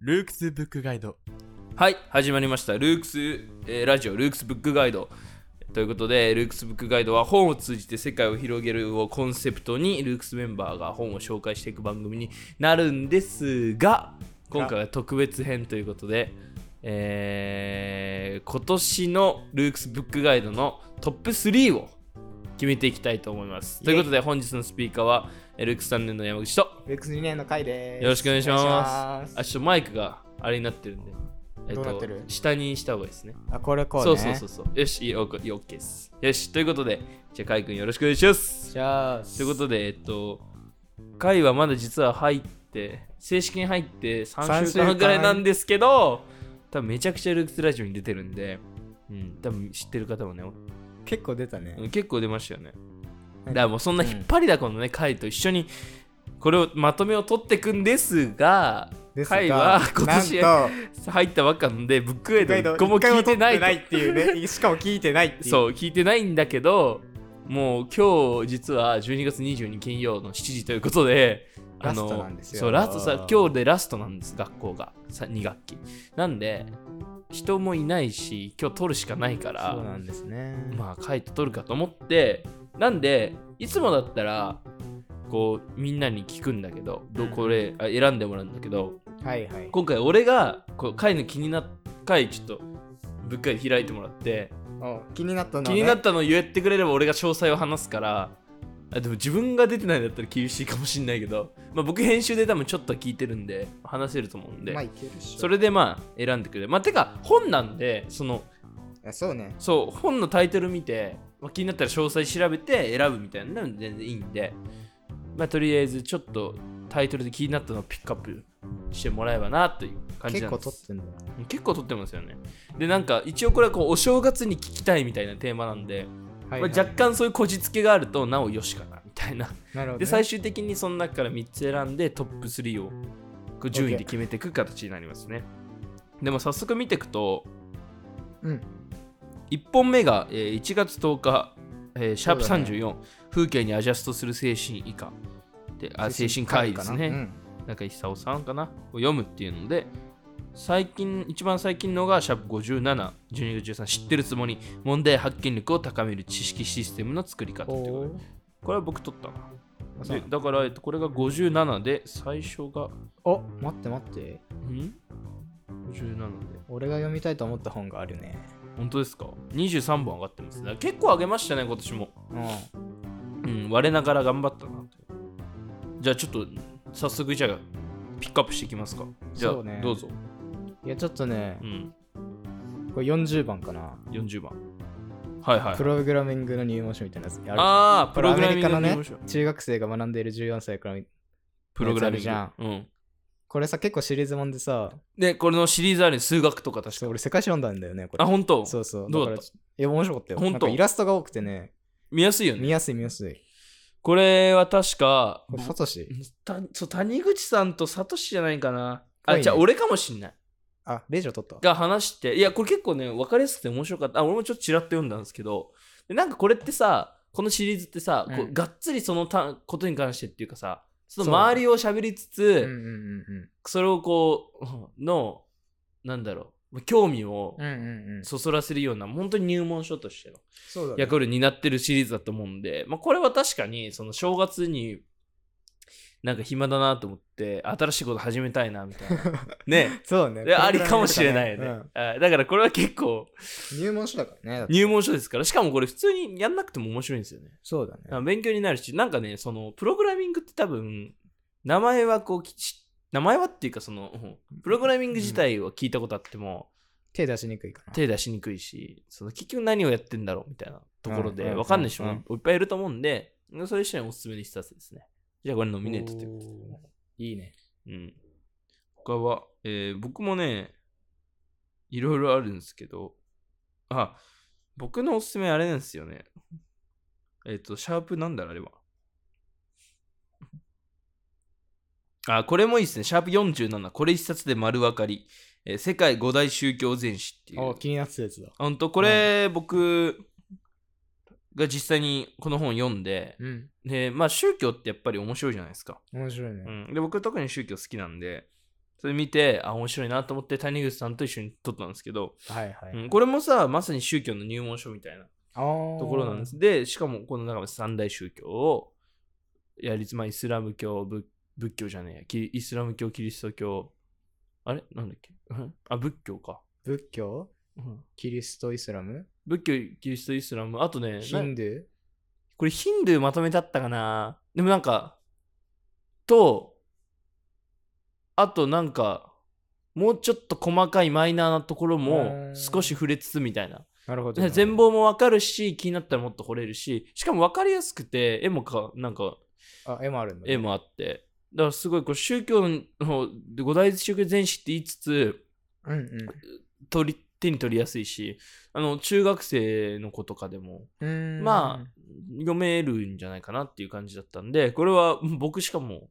ルークスブックガイドはい始まりましたルークス、えーラジオルークスブックガイドということでルークスブックガイドは本を通じて世界を広げるをコンセプトにルークスメンバーが本を紹介していく番組になるんですが今回は特別編ということで、えー今年のルークスブックガイドのトップ3を決めていきたいと思いますということで本日のスピーカーはえールークス3年の山口とルックス2年の回です。よろしくお願いしますお願いしあまちょっとマイクがあれになってるんで、えどうなってる下にした方がいいですねすあ、これこうね。そうそうそうそう。よし、いいよ、よ OK です。よし、ということで、じゃあ、カイ君よろしくお願いします。じゃあ、ということで、えっと、カイはまだ実は入って、正式に入って3週三週間間ぐらいなんですけど、多分めちゃくちゃルークスラジオに出てるんで、うん、多分知ってる方もね、結構出たね。結構出ましたよね。うんだからもうそんな引っ張りだこのね、カイと一緒に、これをまとめを取っていくんですが、です回が、は今年なんと、入ったばっかなんで、ブックエイド一1個も聞いてない回も撮ってないっていうね。しかも聞いてないっていう。そう聞いてないんだけどもう今日実は12月22日金曜の7時ということであのラストなんですよそうラストあさー今日でラストなんです学校が2学期なんで人もいないし今日取るしかないからそうなんですね。まあ書いて取るかと思ってなんでいつもだったらこうみんなに聞くんだけどどこれあ選んでもらうんだけどはいはい。今回俺がこう回の気になっ回ちょっとぶっかり開いてもらってお気になったの、ね、気になったの言ってくれれば俺が詳細を話すからあでも自分が出てないんだったら厳しいかもしんないけど、まあ、僕編集で多分ちょっと聞いてるんで話せると思うんで、まあ、いけるっしょ。それでまあ選んでくれまあてか本なんでそのいやそうね。そう本のタイトル見て、まあ、気になったら詳細調べて選ぶみたいなので全然いいんで、まあ、とりあえずちょっとタイトルで気になったのをピックアップしてもらえばなという感結じなんで構す撮ってんだ。結構撮ってますよねでなんか一応これはこうお正月に聞きたいみたいなテーマなんではまあ、若干そういうこじつけがあるとなおよしかなみたいななるほど、ね。で最終的にその中から3つ選んでトップ3をこう順位 OK で決めていく形になりますねでも早速見ていくとうん。 1本目がえー1月10日えーシャープそうだね34、風景にアジャストする精神以下であ精神科医ですね、中井久夫さんかなを読むっていうので最近一番最近のがシャープ5712月13知ってるつもり問題発見力を高める知識システムの作り方っておいうことでこれは僕取ったなそうでだからえっとこれが57で最初がお待って待って。ん ?57 で俺が読みたいと思った本があるね。本当ですか23本上がってますねだから結構上げましたね今年もうん。うん我ながら頑張ったなとじゃあちょっと早速じゃあピックアップしていきますかじゃあそうねどうぞいや、ちょっとねう、んこれ40番かな。 40番はいはいプログラミングの入門書みたいなやつ。あるああ、こプれロアグメラミリンカグののね入門書、中学生が学んでいる14歳からプログラミング。やつあうん。これさ結構シリーズもんでさで、これのシリーズある数学とか確そうか。俺世界史読んだんだよねこれあ、本当そうそうどうからだったちょいや面白かったよほんなんとかイラストが多くてね見やすいよ見ね。やすい見やすいこれは確か、これサトシたそう谷口さんとサトシじゃないかな。はあ、いねじゃあ俺かもしんない。あレジオ取ったが話して、いや、これ結構ね、分かりやすくて面白かった。あ、俺もちょっとちらっと読んだんですけど、でなんかこれってさ、このシリーズってさ、こううんがっつりそのたことに関してっていうかさ、そのそうだね周りを喋りつつ、うんうんうんそれをこう、 の、なんだろう、興味をうんうんうんうんそそらせるような本当に入門書としてのそうだね役割を担ってるシリーズだと思うんで、まあ、これは確かにその正月になんか暇だなと思って新しいこと始めたいなみたいな ねそうねでありかもしれないよね、うんあだからこれは結構入門書だからねだって入門書ですからしかもこれ普通にやんなくても面白いんですよねそうだあね勉強になるしなんかねそのプログラミングって多分名前はこうきち名前はっていうかそのうんプログラミング自体は聞いたことあっても、手出しにくいかな手出しにくいしその結局何をやってんだろうみたいなところうんでうん分かんない人もういんっぱいいると思うんで、それ一緒におすすめにしたつですねじゃあこれノミネートということでおーいいねうん他は、えー僕もねいろいろあるんですけどあ僕のおすすめあれなんですよねえっ、とシャープなんだろうあれはあこれもいいですねシャープ47これ一冊で丸分かり、えー世界五大宗教全史っていうお気になってたやつだほんと、これ、僕、が実際にこの本読んで、うん。で、まあ宗教ってやっぱり面白いじゃないですか。面白いね。うん、で僕特に宗教好きなんでそれ見てあ面白いなと思って谷口さんと一緒に撮ったんですけど、はいはい。うん、これもさまさに宗教の入門書みたいなあーところなんです。でしかもこの中で三大宗教をやりつまイスラム教仏仏教じゃねえやキリイスラム教キリスト教あれなんだっけうんあ仏教か、仏教うんキリストイスラム仏教キリストイスラムあとねヒなンドゥーこれヒンドゥーまとめてあったかなでもなんか、と、あとなんか、もうちょっと細かいマイナーなところうもん少し触れつつみたいな。なるほどでね。全貌もわかるし、気になったらもっと掘れるし、しかもわかりやすくて、絵もか、なんか、あ、絵もあるんだね。絵もあって。だからすごいこう宗教ので五大宗教全史って言いつつうんうん。取り手に取りやすいしあの中学生の子とかでもうーんまあ、読めるんじゃないかなっていう感じだったんで、これは うん僕しかも、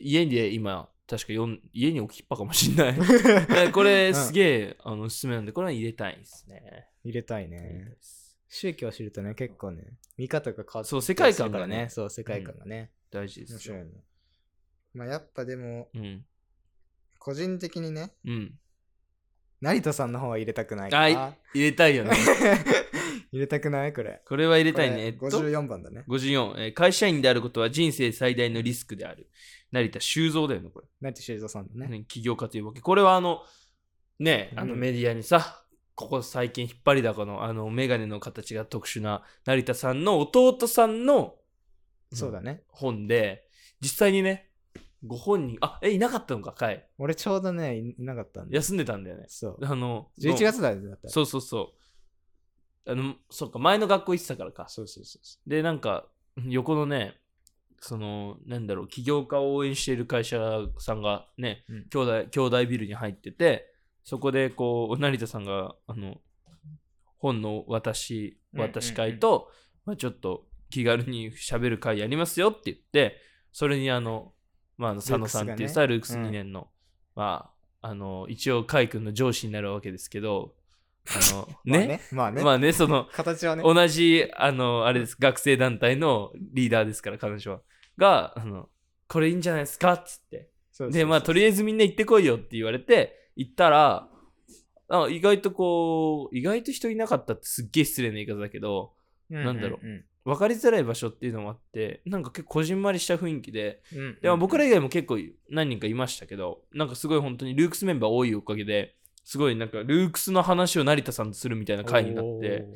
家で今、確か読ん家に置きっぱかもし んない。でこれすげえ、あの、おすすめなんで、これは入れたいですね。入れたい入れたいね。です宗教を知るとね、結構ね、見方が変わってそう世界観がねきたりするからそう、世界観がね。大事で面す白いよ。ね。まあ、やっぱでも、うん。個人的にね、うん。成田さんの方は 入れたくないかはいら。入れたいよ ね。入れたくないこれ。これは入れ入たいね。えっと、 54番だね。 54、えー会社員であることは人生最大のリスクである。成田修造だよね、これ。成田修造さんだね。ね起業家というわけ。これはあの、ねえ、うんあのメディアにさ、ここ最近引っ張りだこの、あの、メガネの形が特殊な成田さんの弟さんの、そうだね、ね。本で、実際にね、ご本人、あ、え、いなかったのか、かい。俺ちょうどね、いいなかったんで。休んでたんだよね。そう。あの、 11の月だよねだったら。そうそうそう。あの、そっか、前の学校行ってたからか。そうそうそうそで、なんか、横のね、その、なんだろう、起業家を応援している会社さんがね、うん兄弟、兄弟ビルに入ってて、そこで、こう、成田さんが、あの、本の私、うんうんうん私会と、まあ、ちょっと気軽に喋る会やりますよって言って、それにあの、まあ、佐野さんっていうさ、ルークスがね2年の、まあ、あの、一応、海君の上司になるわけですけど、あの、う。ね、まあね。ままあね。あね、その、形はね。同じあのあれです学生団体のリーダーですから彼女はがあのこれいいんじゃないですかっつってそうそうそうでまあとりあえずみんな行ってこいよって言われて行ったらあ意外とこう意外と人いなかったってすっげえ失礼な言い方だけどうなんだろう。分かりづらい場所っていうのもあってなんか結構こじんまりした雰囲気でうんでも僕らうん以外も結構何人かいましたけどなんかすごい本当にルークスメンバー多いおかげですごいなんかルークスの話を成田さんとするみたいな会になって。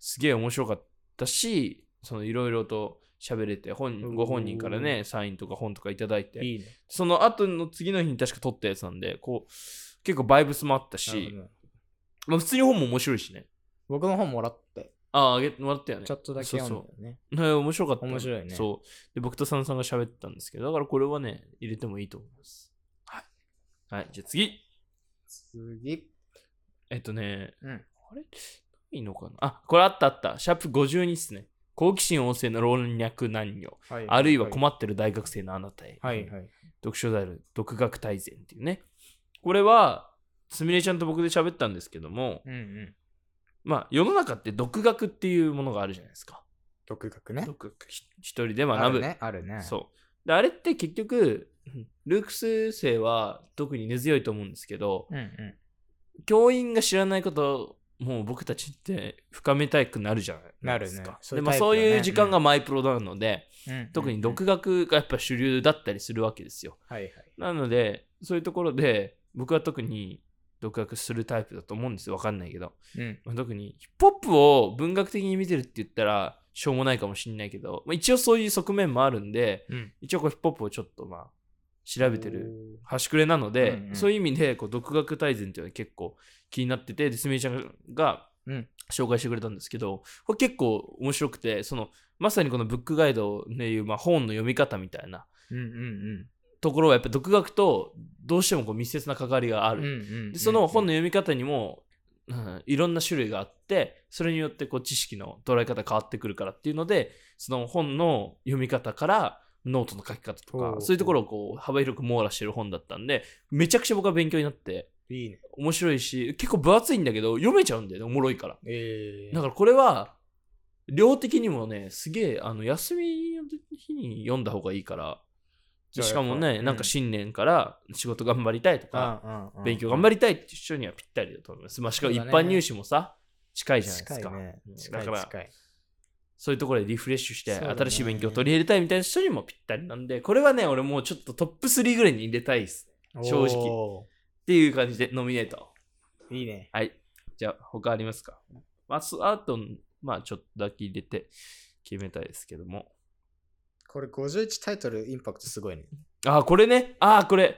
すげえ面白かったしそのいろいろと喋れてお本ーご本人からねサインとか本とかいただいおてーいいね。その後の次の日に確か撮ったやつなんでこう結構バイブスもあっなたるほし、どねまあ、普通に本も面白いしね僕の本もらって、あああげてもらったよねちょっとだけ読んだよね。そうそうね面白かった面白いねそうで僕と佐野さんが喋ってたんですけどだからこれはね入れてもいいと思いますはい、はい、じゃあ次次。えっとねうん。あれいいのかなあこれあったあったシャープ52っすね好奇心旺盛の老若男女はいあるいは困ってる大学生のあなたへ。はいはい。読書である独学大全っていうね。これは、すみれちゃんと僕で喋ったんですけども、うんうん。まあ、世の中って独学っていうものがあるじゃないですか。独学ね。独学、ひ一人であ学ぶ。るね。あるね。そう。で、あれって結局、うんルークス生は特に根強いと思うんですけど、う。うんう教員が知らないことをもう僕たちって深めたくなるじゃないですか。なるねそうでいうもタイプそうだいうね時間がマイプロなので、んうん。特に独独学がやっぱ主流だったりするわけですよ。はいはい。なので、そういうところで、僕は特に独学するタイプだと思うんですよ。わかんないけど。うん。まあ特にヒップホップを文学的に見てるって言ったら、しょうもないかもしんないけど、まあ、一応そういう側面もあるんで、うん一応こうヒップホップをちょっとまあ、調べてる。端くれなので、うんうんそういう意味でこう独学大全っていうのは結構気になっててでスミレちゃんがうん紹介してくれたんですけどこれ結構面白くてそのまさにこのブックガイドでいう、まあ、本の読み方みたいなうんうんところはやっぱ独学とどうしてもこう密接な関わりがあうん。うんる、うんうんでその本の読み方にも、うん、いろんな種類があってそれによってこう知識の捉え方変わってくるからっていうのでその本の読み方からノートの書き方とかおうそういうところをこう幅広く網羅してる本だったんでめちゃくちゃ僕は勉強になっていいね。面白いし結構分厚いんだけど読めちゃうんだよねおもろいからええ。だからこれは量的にもね、すげえ、あの、休みの日に読んだ方がいいから、じゃあしかもやっね、ぱなんか新年から仕事頑張りたいとか、ああ勉強頑張りたいって人にはぴったりだと思います。まあ、しかそも一うだね般入試もさ、近いりじゃないですか。うん近いね。近いだから近い。そういうところでリフレッシュして、そうだね新しい勉強を取り入れたいみたいな人にもぴったりなんで、これはね、俺もうちょっとトップ3ぐらいに入れたいです。正直おっていう感じでノミネート。ー。いいね。はい。じゃあ、他ありますかまあ、そあと、まあ、ちょっとだけ入れて決めたいですけども。これ51タイトルインパクトすごいね。あー、これね。あー、これ。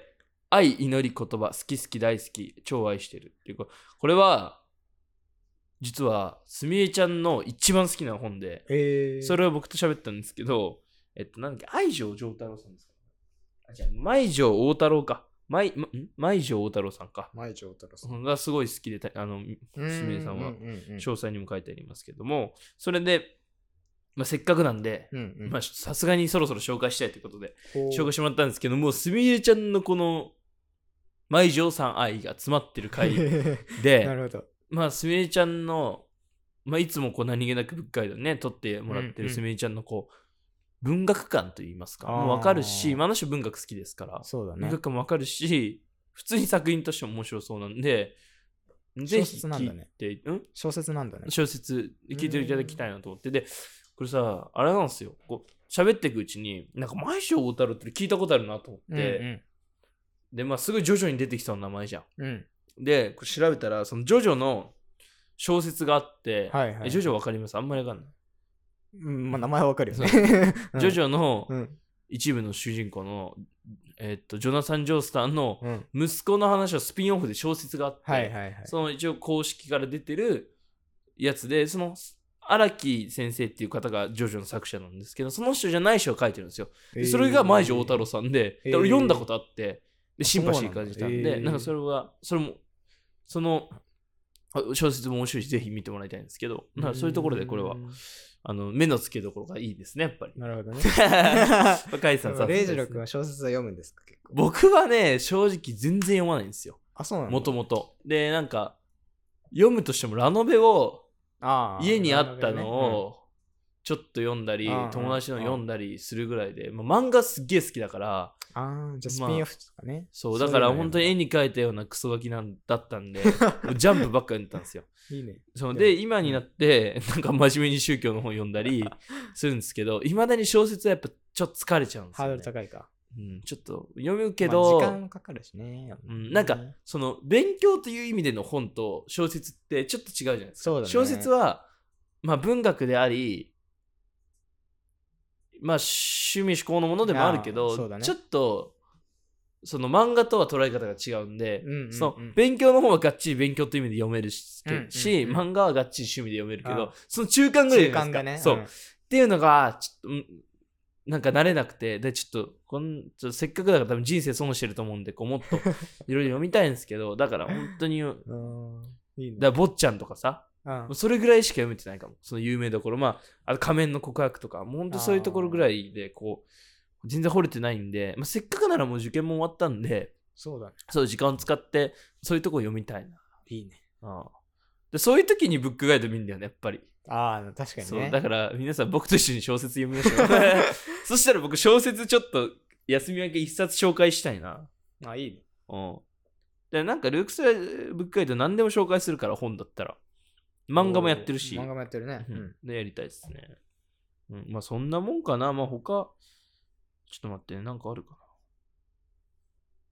愛、祈り、言葉、好き好き大好き、超愛してるっていうここれは、実は、すみえちゃんの一番好きな本で、えそれを僕と喋ったんですけど、えっと、なんだっけ、愛情丈太郎さんですかあ、じゃ舞城大太郎か。舞、まん舞城大太郎さんか。前城太郎さん。がすごい好きで、たあの、すみれさんはううんうん詳細にも書いてありますけども、それで、まあ、せっかくなんで、うんうんまあ、さすがにそろそろ紹介したいということで、こう紹介してもらったんですけども、すみれちゃんのこの、舞城さん愛が詰まってる回な で、るほど。まあ、すみれちゃんの、まあ、いつもこう何気なくブックガイドね、撮ってもらってうんうるんすみれちゃんのこう、文学感といいますか、あーもうわかるし、まあ、あの人文学好きですから、そうだ文ね学。感もわかるし、普通に作品としても面白そうなんで、小ぜひ説なんだ聞ねいて、うん小説なんだね。小説聞いていただきたいなと思ってでこれさあれなんですよこう喋っていくうちになんか毎週太郎って聞いたことあるなと思うっんうて、んでまあすごいジョジョに出てきた名前じゃんうん。でこれ調べたらそのジョジョの小説があって、はいはいえジョジョわかりますあんまりわかんない、うんまあ名前はわかるよね。ジョジョのョ。うん一部の主人公のえっとジョナサン・ジョースターのうん。息子の話をスピンオフで小説があって、はいはいはい。その一応公式から出てるやつで、その荒木先生っていう方がジョジョの作者なんですけど、その人じゃない人が書いてるんですよ。でそれが前城大太郎さんで、えーで俺読んだことあって、でシンパシー感じたんそうなんだで、えーなんかそれは、それも、そのあ小説も面白いし、ぜひ見てもらいたいんですけど、なんかそういうところでこれはうん、あの目の付けどころがいいですね、やっ ぱり。なるほどね。カイさんさすがレでイすジねロ君は小説は読むんですか結構。僕はね、正直全然読まないんですよ。あ、そうなのもともと。で、なんか、読むとしてもラノベをあー家にあったのなるほをちょっと読んだり、うんうん友達の読んだりするぐらいで、まあ、漫画すっげえ好きだから、どね。ああ、じゃあスピンオフとかね。そう、そだうだよねから本当に絵に描いたようなクソガキなんだったん で、もうジャンプばっか読んでたんですよ。いいね。そうでで、今になって、なんか真面目に宗教の本読んだりするんですけど、いまだに小説はやっぱちょっと疲れちゃうんですハーよ、ドねル高いか。うん。ちょっと読むけど、まあ時間かかるしね。うん、なんかねその勉強という意味での本と小説ってちょっと違うじゃないですか。そうだね。小説は、は、まあ、文学であり、まあ、趣味嗜好のものでもあるけあーそど、うだねちょっとその漫画とは捉え方が違うんで、うんうんうん、その勉強の方はがっちり勉強という意味で読めるし,、うんうんうんし漫画はがっちり趣味で読めるけどあその中間ぐらい中じゃ間ないですかがね。そう、んっ。ていうのがちょっとうんなんか慣れなくてでちょっとこんちょっとせっかくだから多分人生損してると思うんでこうもっといろいろ読みたいんですけどだから本当にだかうんいいね。ら坊ちゃんとかさうんもうそれぐらいしか読めてないかも。その有名どころ。まあ、あと仮面の告白とか、もうほんとそういうところぐらいで、こう、全然掘れてないんで、まあ、せっかくならもう受験も終わったんで、そうだね。そういう時間を使って、そういうとこ読みたいな。いいね。ああでそういう時にブックガイド見るんだよね、やっぱり。ああ、確かにそうね。だから皆さん僕と一緒に小説読みまし ょう。そしたら僕小説ちょっと休み明け一冊紹介したいな。あ、いいね。うん。でなんかルークスブックガイド何でも紹介するから本だったら。漫画もやってるし。漫画もやってるね。うん。ね、やりたいですね。うん、まあそんなもんかな。まあ他、ちょっと待ってね、なんかあるかな。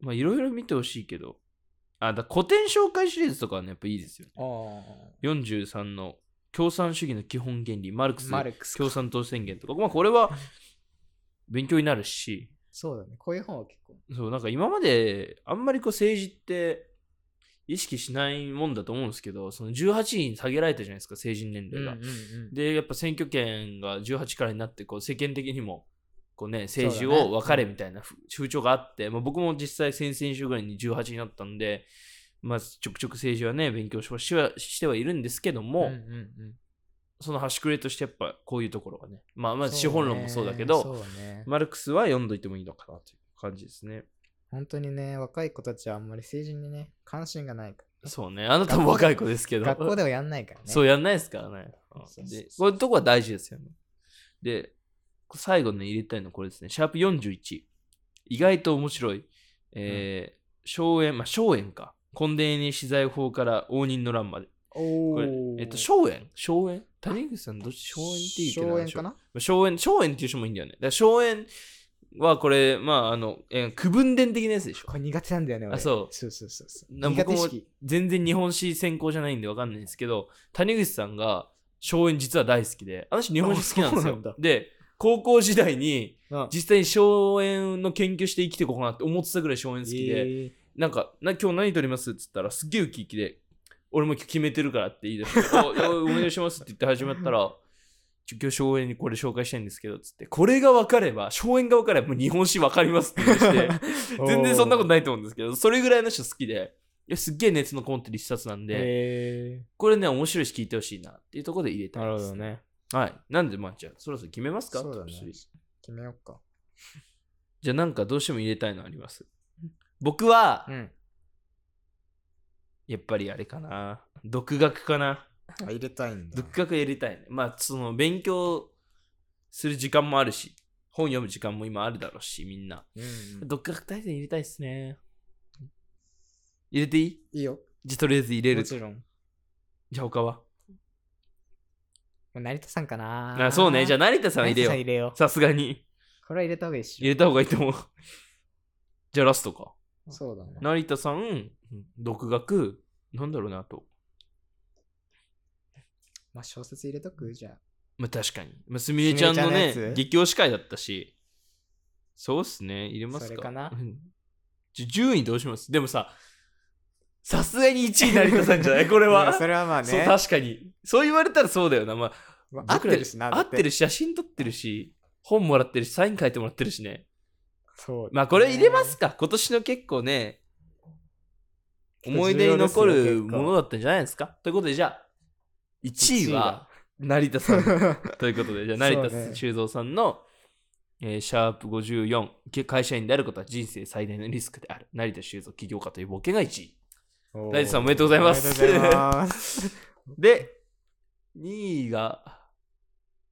まあいろいろ見てほしいけど。あ、だ古典紹介シリーズとかはね、やっぱいいですよね。あ43の共産主義の基本原理、マルクあ、スマルクスか。共産党宣言とか、まあこれは勉強になるし、そうだね。こういう本は結構。そう、なんか今まであんまりこう政治って意識しないもんだと思うんですけど、その18に下げられたじゃないですか、成人年齢が。で、でやっぱ選挙権が18からになってこう世間的にもこう、ね、政治そうだをね分かれみたいなふ風潮があって、まあ、僕も実際先々週ぐらいに18になったんで、まあ、ちょくちょく政治はね勉強しはしはしてはいるんですけどうんも、うんうんその端くれとしてやっぱこういうところがね、まあ、まあそう資本論もそうだけどそうね。マルクスは読んどいてもいいのかなという感じですね。本当にね、若い子たちはあんまり政治にね、関心がないから。そうねあなたも若い子ですけど学校ではやんないからね。そうやんないですからね。そうそうそうで、こういうとこは大事ですよね。で、最後に入れたいのはこれですね。シャープ41。意外と面白い。えー荘園、まあ、荘園か。根伝に資材法から応仁の乱まで。おこれー、えっと、荘園荘園谷口さん、どっち荘園っていうけど荘園かな荘園、荘園っていう人もいいんだよね。だから荘園はこれ、まあ、あの、えー区分伝的なやつでしょこ。れ苦手なんだよね、俺。あそうそうそうそうそう。な苦手意僕も識。全然日本史専攻じゃないんでわかんないんですけど、谷口さんが荘園実は大好きで、あの人日本史好きなんですあそうなんだよ。で、高校時代にうん実際に荘園の研究して生きていこうかなって思ってたぐらい荘園好きで、えなんかな今日何撮りますっつったらすっげえウキウキで俺も今日決めてるからって言い出して あいやお願いしますって言って始まったらちょ今日荘園にこれ紹介したいんですけどっつってこれが分かれば荘園が分かればもう日本史分かりますって言い出してー全然そんなことないと思うんですけどそれぐらいの人好きでいやすっげえ熱のコンテ一冊なんで、えこれね面白いし聞いてほしいなっていうところで入れーたないるでほすどね。はいなんでまあじゃあそろそろ決めますかそうだねトップ3決めようか。じゃあなんかどうしても入れたいのあります僕は、うん。やっぱりあれかな独学かなあ入れたいんだ独。学やりたいね。まあ、その勉強する時間もあるし、本読む時間も今あるだろうし、みんな。うんうん独学大全入れたいっすね。入れていいいいよ。じゃ、とりあえず入れもる。ちじろん。もゃ、他はう成田さんかな。あそうね。じゃあ、成成田田さん入れよう。よさす がに。これは入れた方がいいっし入れた方がいいと思う。じゃあ、ラストか。ょ。そうだね。成田さん、独学、なんだろうな、あと。まあ、小説入れとくじゃあ。まあ、確かに。まあ、すみれちゃんのすみれちゃんのやね、つ激推し会だったし、そうっすね、入れますか。それかなうんじゃ順位どうしますでもさ、さすがに1位成田さんじゃ ないこれいやは。それはまあそう、ね。確かに。そう言われたらそうだよな。まあ、まあ合っ僕らてるしな。合ってるし。し、写真撮ってるし、本もらってるし、サイン書いてもらってるしね。そう。まあ、これ入れますか。今年の結構ね、思い出に残るものだったんじゃないですか。ということで、じゃあ、1位は成田さんの。ということで、じゃ そうあ成ね田修造さんの、えーシャープ54、け会社員であることは人生最大のリスクである。成田修造起業家というボケが1位。大地さんおめでとうございますおめでとうございます。 で、2位が、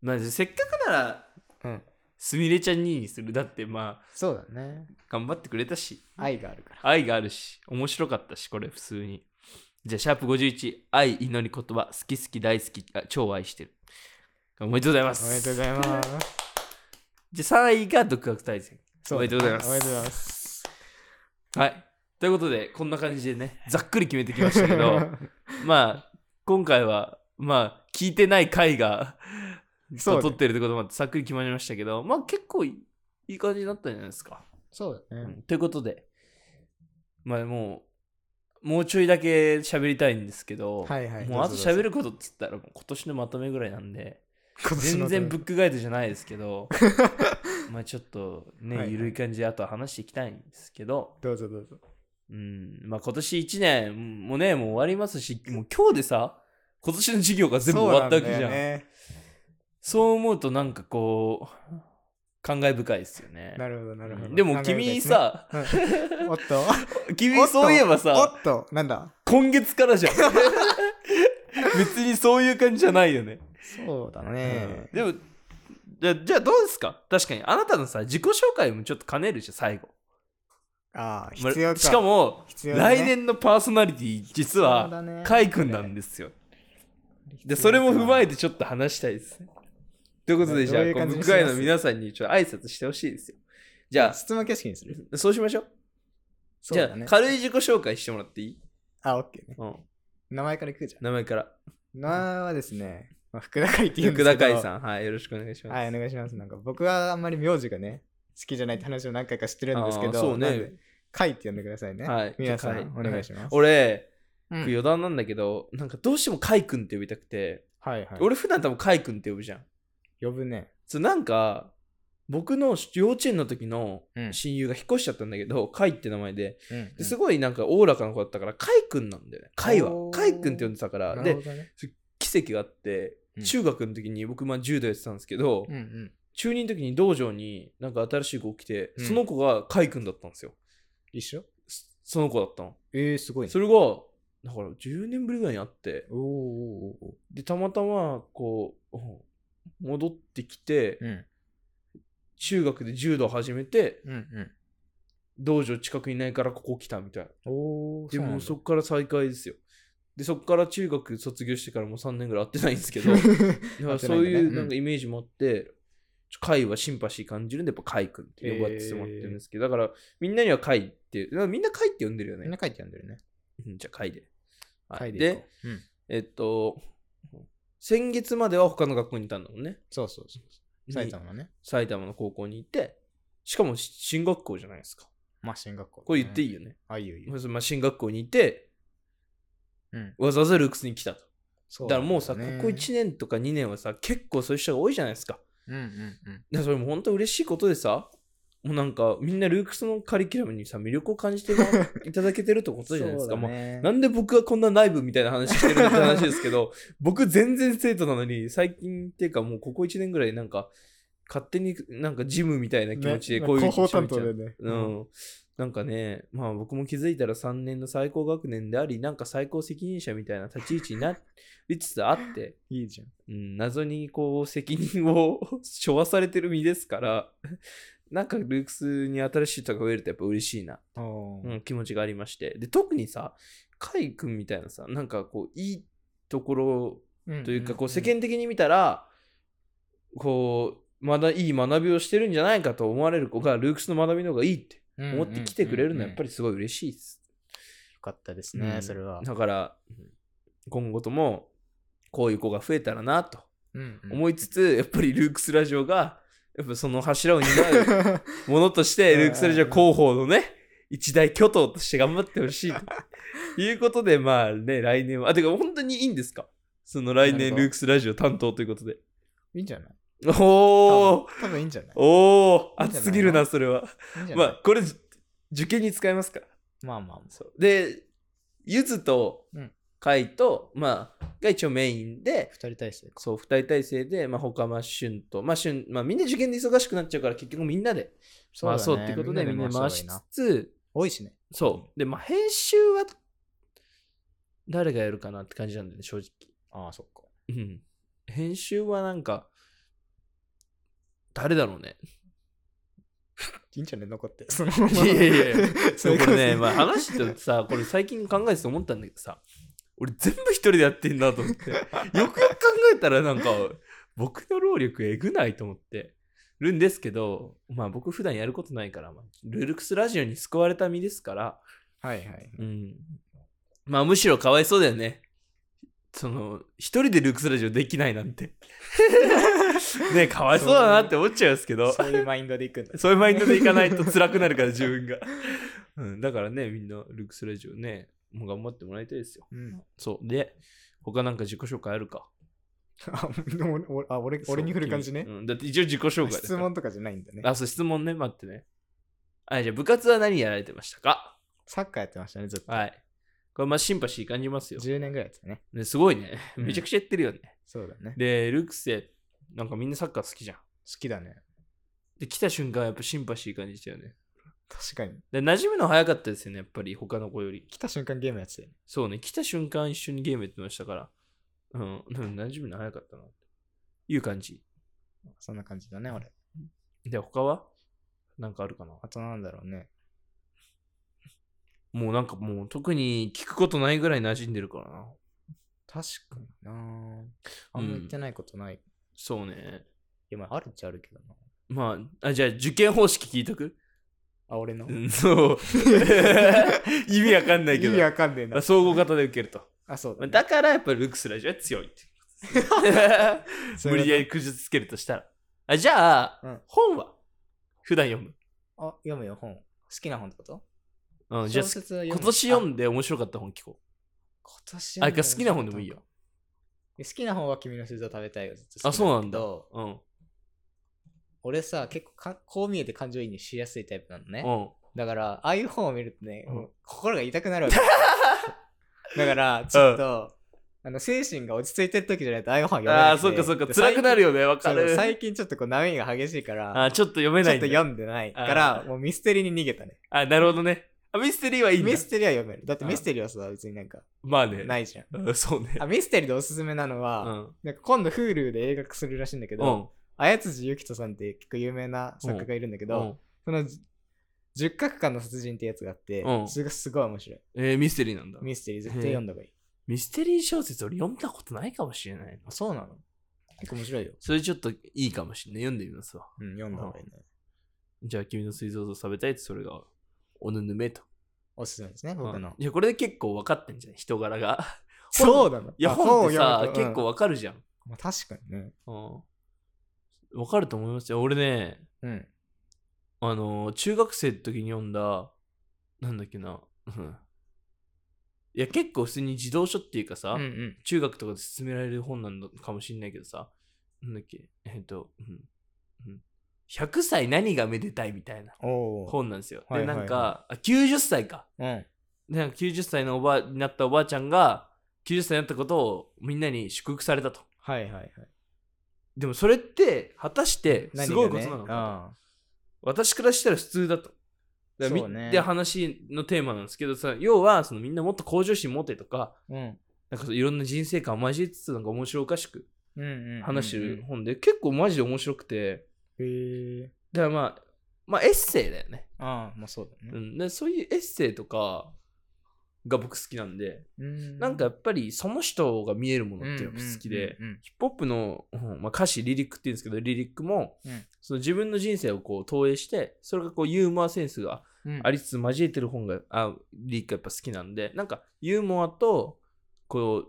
まあ、せっかくなら、うん。すみれちゃん2位にする。だって、まあ、そうだね。頑張ってくれたし、愛があるから。愛があるし、面白かったし、これ、普通に。じゃあ、シャープ51、愛、祈り、言葉、好き好き、大好き、あ超愛してる。おめでとうございます。おめでとうございます。じゃあ、3位が独学大全。おめでとうございますおめでとうございます。はい。ということで、こんな感じで ね、ざっくり決めてきましたけど、まあ、今回は、まあ、聞いてない回が、そうね撮ってるってこともあって、ざっくり決まりましたけど、まあ、結構いいいい感じになったんじゃないですか。そうだね。ということで、まあ、もう、もうちょいだけ喋りたいんですけど、はいはいもうあどとうぞどうぞ喋ることっつったら、もう今年のまとめぐらいなん で、今年全の然ブックガイドじゃないです けど、まあ、ちょっとね、はいはいゆるい感じで、あとは話していきたいんですけど、どうぞどうぞ。うん、まあ今年1年もね、もう終わりますし、もう今日でさ、今年の授業が全部終わったわけじゃん。そう,、ね、思うとなんかこう、感慨深いですよね。なるほどなるほど。でも君さ、考えたいですね、うんお っと、お君っとそういえばおさ、っと、なんだ今月からじゃん。 別にそういう感じじゃないよね。そうだうんでも、じゃじゃあどうですか確かに、あなたのさ、自己紹介もちょっと兼ねるでしょ、最後。ああ、必要か。しかも、必要だね来年のパーソナリティ、実そうだはね、カイ君なんですよ。で、それも踏まえてちょっと話したいですね。ということで、ねじゃあ、どういうこう感じ部に外のします皆さんにちょっと挨拶してほしいですよ。じゃ質問形式にする。あ、そうしましょう。そじうゃだあね、、軽い自己紹介してもらっていいあ、オッケーね。うん。名前からいくじゃん。名前から。名前はですね、まあ、福田海っていうんで福すけ田ど。海さん。はい、よろしくお願いします。はい、お願いします。なんか僕はあんまり名字がね、好きじゃないって話を何回か知ってるんですけあど、ーそうねなんで。海って呼んでくださいね。はい皆さじゃん、あお海願いします。俺、うん余談なんだけど、なんかどうしても海君って呼びたくて、はいはい。俺普段多分海君って呼ぶじゃん。呼ぶね。そうなんか、僕の幼稚園の時のうん親友が引っ越しちゃったんだけど、海って名前で、うんですごいなんかおおらかな子だったから、カイ君なんだよね。カイは。おーカイ君って呼んでたかなら、るでほ、どね。奇跡があってう、ん中学の時に僕、まあ10代やってたんですけど、うんうん。中2の時に道場になんか新しい子来て、うんその子がカイ君だったんですよ。一緒そその子だったの。えー、すごいね。それが、だから10年ぶりぐらいに会っておーおーおーおでたまたまこううん戻ってきて、ーうん中学で柔道始めてうんうん道場近くにないからここ来たみたいなおーでうなんもだそっから再開ですよでそっから中学卒業してからもう3年ぐらい会ってないんです けどだからそういうなんかイメージもあって、ちょカイはシンパシー感じるんでやっぱカイ君って呼ばれてもらってるんですけど、だからみんなにはカイってなんかみんなカイって呼んでるよねみんな書いてあるんだよねうんじゃあカイで、はい書いていこでううんえっと先月までは他の学校にいたんだもんねそうそうそう埼玉のね埼玉の高校にいてしかもし進学校じゃないですかまあ進学校これ言っていいいよね、あいいよいいよまずまあ、進学校にいてうんわざわざルークスに来たとそだからもうさ、ここ一1年とか2年はさ、結構そういう人が多いじゃないですか。だかうんうんうんらそれも本当嬉しいことでさ、もうなんかみんなルークスのカリキュラムにさ、魅力を感じてもいただけてるってことじゃな いですか。もうななんで僕がこんな内部みたいな話してるのって話です けど、僕全然生徒なのに、最近っていうかもうここ1年ぐらいなんか、勝手になんかジムみたいな気持ちでこういう広報担当喋っちゃうでねううんん、なんかね、まあ僕も気づいたら3年の最高学年であり、なんか最高責任者みたいな立ち位置になりつつあって、いいじゃんうん、謎にこう責任を 背負わされてる身ですから、なんかルークスに新しい人が増えるとやっぱ嬉しいな、おうーん、気持ちがありまして。で、特にさ、カイ君みたいなさ、なんかこう、いいところうんというか、こう、ん世間的に見たら、こう、まだいい学びをしてるんじゃないかと思われる子が、ルークスの学びの方がいいって。思ってきてくれるのはやっぱりりすごい嬉しいです。よかったですねうんそれはだからうん今後ともこういう子が増えたらなと思い いつつ、やっぱりルークスラジオがやっぱその柱を担うものとしてうんルークスラジオ広報のね一大巨頭として頑張ってほしい ということでまあね来年はあてか本当にいいんですかその来何年がルークスラジオ担当ということでいいんじゃないおー多分いいんじゃないおおいいんじゃない熱すぎるなそれはいいんじゃまないあこれじ受験に使えますからまあまあまあそうでゆずとうんカイと、まあが一応メインで二人体制かそう二人体制で、まあ、他まあ旬と、まあ旬まあ、みんな受験で忙しくなっちゃうから結局みんなでだ回ねそうっていうことでみんな回した方しがいいなつつ多いしねそうで、まあ、編集は誰がやるかなって感じなんだよね正直、ああそっかうん、編集はなんか誰だろうねいいんじゃない残 ってそのいやいやいやそ そううこれね、まあ、あ話しててさこれ最近考えてて思ったんだけどさ俺全部一人でやってんなと思 ってよくよく考えたらなんか僕の労力えぐないと思ってるんですけどまあ僕普段やることないから、まあ、ルルクスラジオに救われた身ですから、はいはいうん、まあむしろかわいそうだよねその一人でルークスラジオできないな んてねかわいそうだなって思っちゃうんですけどそういうマインドでいくんだそういうマインドでいかないと辛くなるから、自分が。うん、だからね、みんな、ルークスラジオね、もう頑張ってもらいたいですよ。うんそう。で、他なんか自己紹介あるか。あでも俺俺あ俺俺に振る感じねそう君うん、だって一応自己紹介だから質問とかじゃないんだねあ、そう、質問ね、待ってね。はい、じゃあ部活は何やられてましたかサッカーやってましたねずっとはい。これ、まあ、シンパシー感じますよ。 10年ぐらいやってたねね、すごいね。うんめちゃくちゃやってるよね。そうだねで、ルークスで、なんかみんなサッカー好きじゃん。好きだねで、来た瞬間、やっぱシンパシー感じたよね。確かにで、馴染むの早かったですよね、やっぱり、他の子より。来た瞬間ゲームやってたよねそうね、来た瞬間一緒にゲームやってましたから、うん、うん馴染むの早かったな、という感じ。そんな感じだね俺で、他はなんかあるかなあとなんだろうねもうなんかもう特に聞くことないぐらい馴染んでるからな。確かになあんま言ってないことないそうね。今あるっちゃあるけどなまあ、あじゃあ受験方式聞いとくあ俺のうん、そう。 意味わかんないけ意ど味。わかんねえまあな総合型で受けると。あそうまだあねだからやっぱりルックスラジオは強いっていうことですね そ無れが理やりくじつけるとしたら。あじゃあ、うん本は普段読む。あ読むよ本好きな本ってことうん、じゃあ小説は読む今年読あんで面白かった本聞こ今年う。あ、いや好きな本でもいいよ。好きな本は君の心臓食べたいよずっと好あ、きそうなんけだ。どうん。俺さ結構かこう見えて感情移入しやすいタイプなのね、うん。だからああいう本を見るとね、うんもう心が痛くな るわけだからちょっと、あの精神が落ち着いてる時じゃないとああいう本は読めなあいあ、そっかそっか。辛くなるよよね。わかる。最近ちょ っとこう波が激しいからあーちょっと読めちなょっいんとだ。読んでないからあーもうミステリーに逃げたねあ、なるほどね。あミステリーはいいんだミステリーは読める。だってミステリーはさ、別になんか、まあねないじゃん。うんそうねあ、ミステリーでおすすめなのうは、んなんか今度 Hulu で映画化するらしいんだけうど、ん綾辻ゆきとさんって結構有名な作家がいるんだけうど、んその、十角館の殺人ってやつがあってうん、それがすごい面白い。えーミステリーなんだミステリー絶対読んだ方がいい。ミステリー小説俺読んだことないかもしれないなあそうなの結構面白いよ。それちょっといいかもしれない読んでみますわうん、読んだ方がいいね。じゃあ君の水蔵と食べたいってそれがおぬぬめとおすすめですね、僕のうん。いやこれで結構分かってんじゃん人 柄がそうなのいやあ本って本さを読結むと構うん分かるじゃんまあ確かにね。うん分かると思いますよ俺ねうん。あのー中学生の時に読んだなんだっけな うんいや結構普通に児童書っていうかさ、うんうん。中学とかで勧められる本なんだかもしんないけどさなんだっけえっと、うんうん、100歳何がめでたいみたいなおお。本なんですよ、はいはいではいなんかあ90歳かうん。でなんか90歳のおばあになったおばあちゃんが90歳になったことをみんなに祝福されたとはいはいはい。でもそれって果たしてすごいことなの何か、がね私からしたら普通だと。だからみそうねで話のテーマなんですけどさ要はそのみんなもっと向上心持てとかうん。うんなんかそういろんな人生観を交えつつなんか面白おかしくうんうんうん。話してる本で、結構マジで面白くてへえ。だからまあまあエッセイだよね、ああ、まあそうだね。うん、でそういうエッセイとかが僕好きなんで、うんなんかやっぱりその人が見えるものってやっぱ好きで、。うんヒップホップの、うんまあ、歌詞リリックって言うんですけどリリックも、うんその自分の人生をこう投影してそれがこうユーモアセンスがうんうん。ありつつ交えてる本があリリックがやっぱ好きなんでなんかユーモアとこう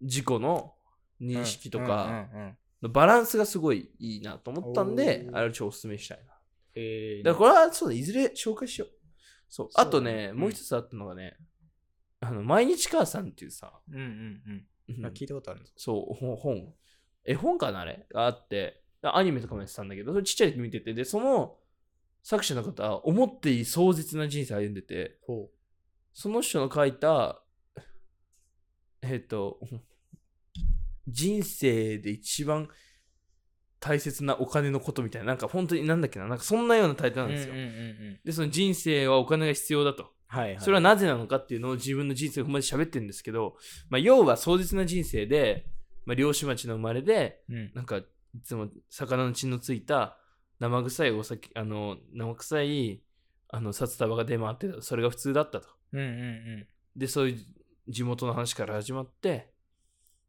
自己の認識とかうんうんうんうん。のバランスがすごいいいなと思ったんで、おーあれをちょっとおすすめしたいな。へえ。だからこれはそうだいずれ紹介しよう。そうそうだねあとね、うんもう一つあったのがねあの毎日母さんっていうさ、うんうんううんん。あ聞いたことあるんですそう、ほ本。絵本かなあれがあって、アニメとかもやってたんだけど、それちっちゃい時見てて、で、その作者の方は思っていい壮絶な人生歩んでて、ほその人の書いた、えっ、と、人生で一番大切なお金のことみたいな、なんか本当になんだっけな、なんかそんなようなタイトルうなんんでうんうすんよ。うん。で、その人生はお金が必要だと。はいはい。それはなぜなのかっていうのを自分の人生を踏まえて喋ってるんですけど、まあ、要は壮絶な人生で、まあ、漁師町の生まれでうんなんかいつも魚の血のついた生臭いお酒あの生臭いあの札束が出回ってたそれが普通だったとうんうんでそういう地元の話から始まって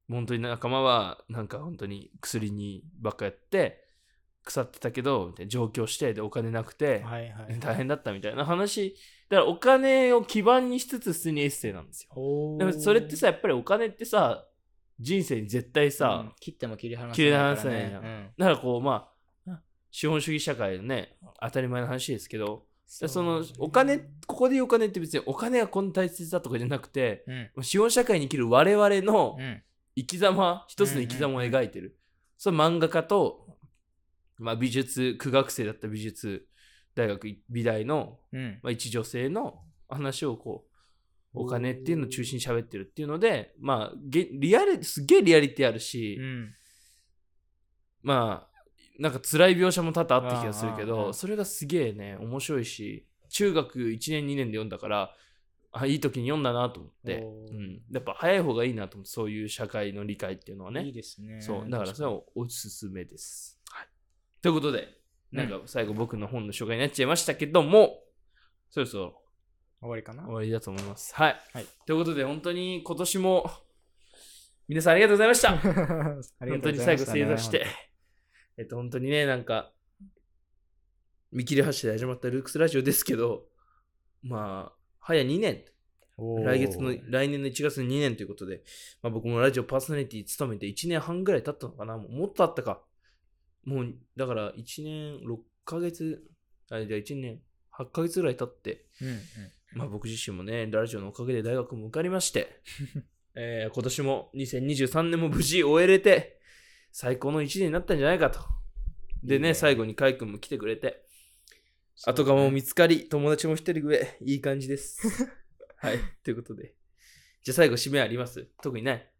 本当に仲間はなんか本当に薬にばっかやって腐ってたけどみたいな上京してでお金なくてうん。、はいはい。大変だったみたいな話だからお金を基盤にしつつ普通にエッセイなんですよほうでもそれってさやっぱりお金ってさ人生に絶対さ、うん切っても切り離切り離せせなないいかじらゃんね。だからこうまあ資本主義社会のね当たり前の話ですけどうそそのお金ここで言うお金って別にお金がこんな大切だとかじゃなくてうん。うん資本社会に生きる我々のうん。生き様一つの生き様を描いてる、その漫画家と、まあ、美術苦学生だった美術大学美大のうん。まあ、一女性の話をこうお金っていうのを中心に喋ってるっていうのでまあげリアルすげえリアリティあるし、うんまあなんか辛い描写も多々あった気がするけうんうんうどんそれがすげえね面白いし中学1年2年で読んだからあいい時に読んだなと思って、おーうん、やっぱ早い方がいいなと思ってそういう社会の理解っていうのはねいいですね。そうだからそれう。はおすすめです、はい、ということでなんか最後僕の本の紹介になっちゃいましたけども、そろそろ終わりかな終わりだと思います。はい。はいということで、本当に今年も皆さんありがとうございま した。ありが本と当うごにざいま最後た正座して。。えっと、本当にね、なんか、見切り発車で始まったルークスラジオですけど、まあ、早2年、おー来月の、来年の1月の2年ということで、まあ僕もラジオパーソナリティ務めて1年半ぐらい経ったのかな、もうもっとあったか。もう、だから1年6ヶ月、あ、じゃあ1年8ヶ月ぐらい経って、うんうんまあ、僕自身もね、ラジオのおかげで大学も受かり まして、えー今年も2023年も無事終えれて、最高の1年になったんじゃないかと。でいいね、ね最後にカイ君も来てくれて、そう後釜も見つかり、友達も一人増え、いい感 じです。はい、ということで。じゃあ最後、締めあります特にない。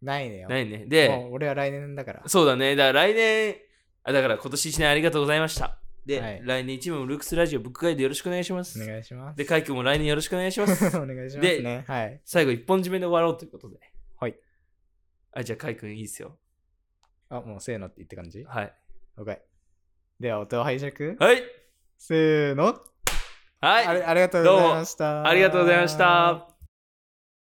ないねよ。ないね。で、もう俺は来年だから。そうだね。だから来年、あだから今年1年ありがとうございました。で、はい来年一部もルークスラジオブックガイドよろしくお願いしますお。願いします。で、カイ君も来年よろしくお願いしま す。お願いしますね。はい。最後、一本締めで終わろうということで。はい。あ、じゃあ、カイ君いいですよ。あ、もうせーのって言って感じはい。 ?OK。では、音を拝借。はい。せーの。はい。あれありがとうございました。ありがとうございました。